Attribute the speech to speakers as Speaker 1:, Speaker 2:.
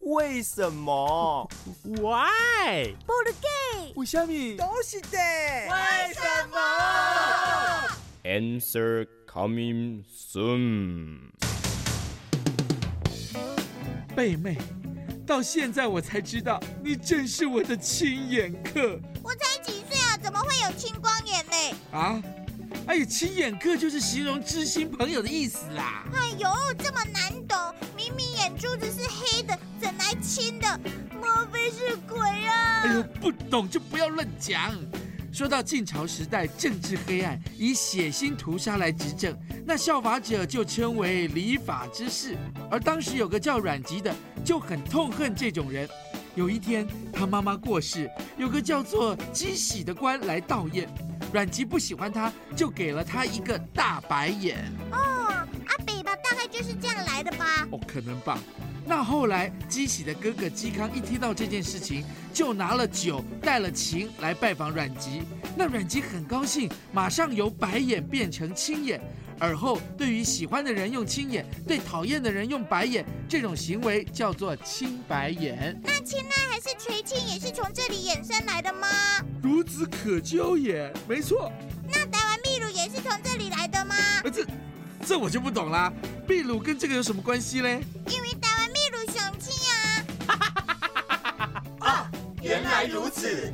Speaker 1: 为什么？
Speaker 2: Why？
Speaker 3: 不如给
Speaker 1: 为什么？
Speaker 4: 都是的。为什么？
Speaker 5: Answer coming soon。
Speaker 6: 贝妹，到现在我才知道，你真是我的亲眼客
Speaker 3: 我才几岁啊，怎么会有青光眼呢？
Speaker 6: 啊！哎呀，亲眼客就是形容知心朋友的意思啦。
Speaker 3: 哎呦，这么难懂，明明眼珠子是黑的，怎来青的？莫非是鬼啊？
Speaker 6: 哎呦，不懂就不要乱讲。说到晋朝时代政治黑暗，以血腥屠杀来执政，那效法者就称为礼法之士。而当时有个叫阮籍的，就很痛恨这种人。有一天，他妈妈过世，有个叫做姬喜的官来悼唁，阮籍不喜欢他，就给了他一个大白眼。
Speaker 3: 哦，阿北吧，大概就是这样来的吧。
Speaker 6: 哦，可能吧。那后来，姬喜的哥哥姬康一听到这件事情，就拿了酒，带了琴来拜访阮籍。那阮籍很高兴，马上由白眼变成青眼。而后，对于喜欢的人用青眼，对讨厌的人用白眼，这种行为叫做青白眼。
Speaker 3: 那青睐还是垂青也是从这里衍生来的吗？
Speaker 6: 孺子可教也，没错。
Speaker 3: 那台湾秘鲁也是从这里来的吗？
Speaker 6: 呃，这这我就不懂啦。秘鲁跟这个有什么关系嘞？
Speaker 3: 因为台湾秘鲁雄青啊。
Speaker 4: 原来如此。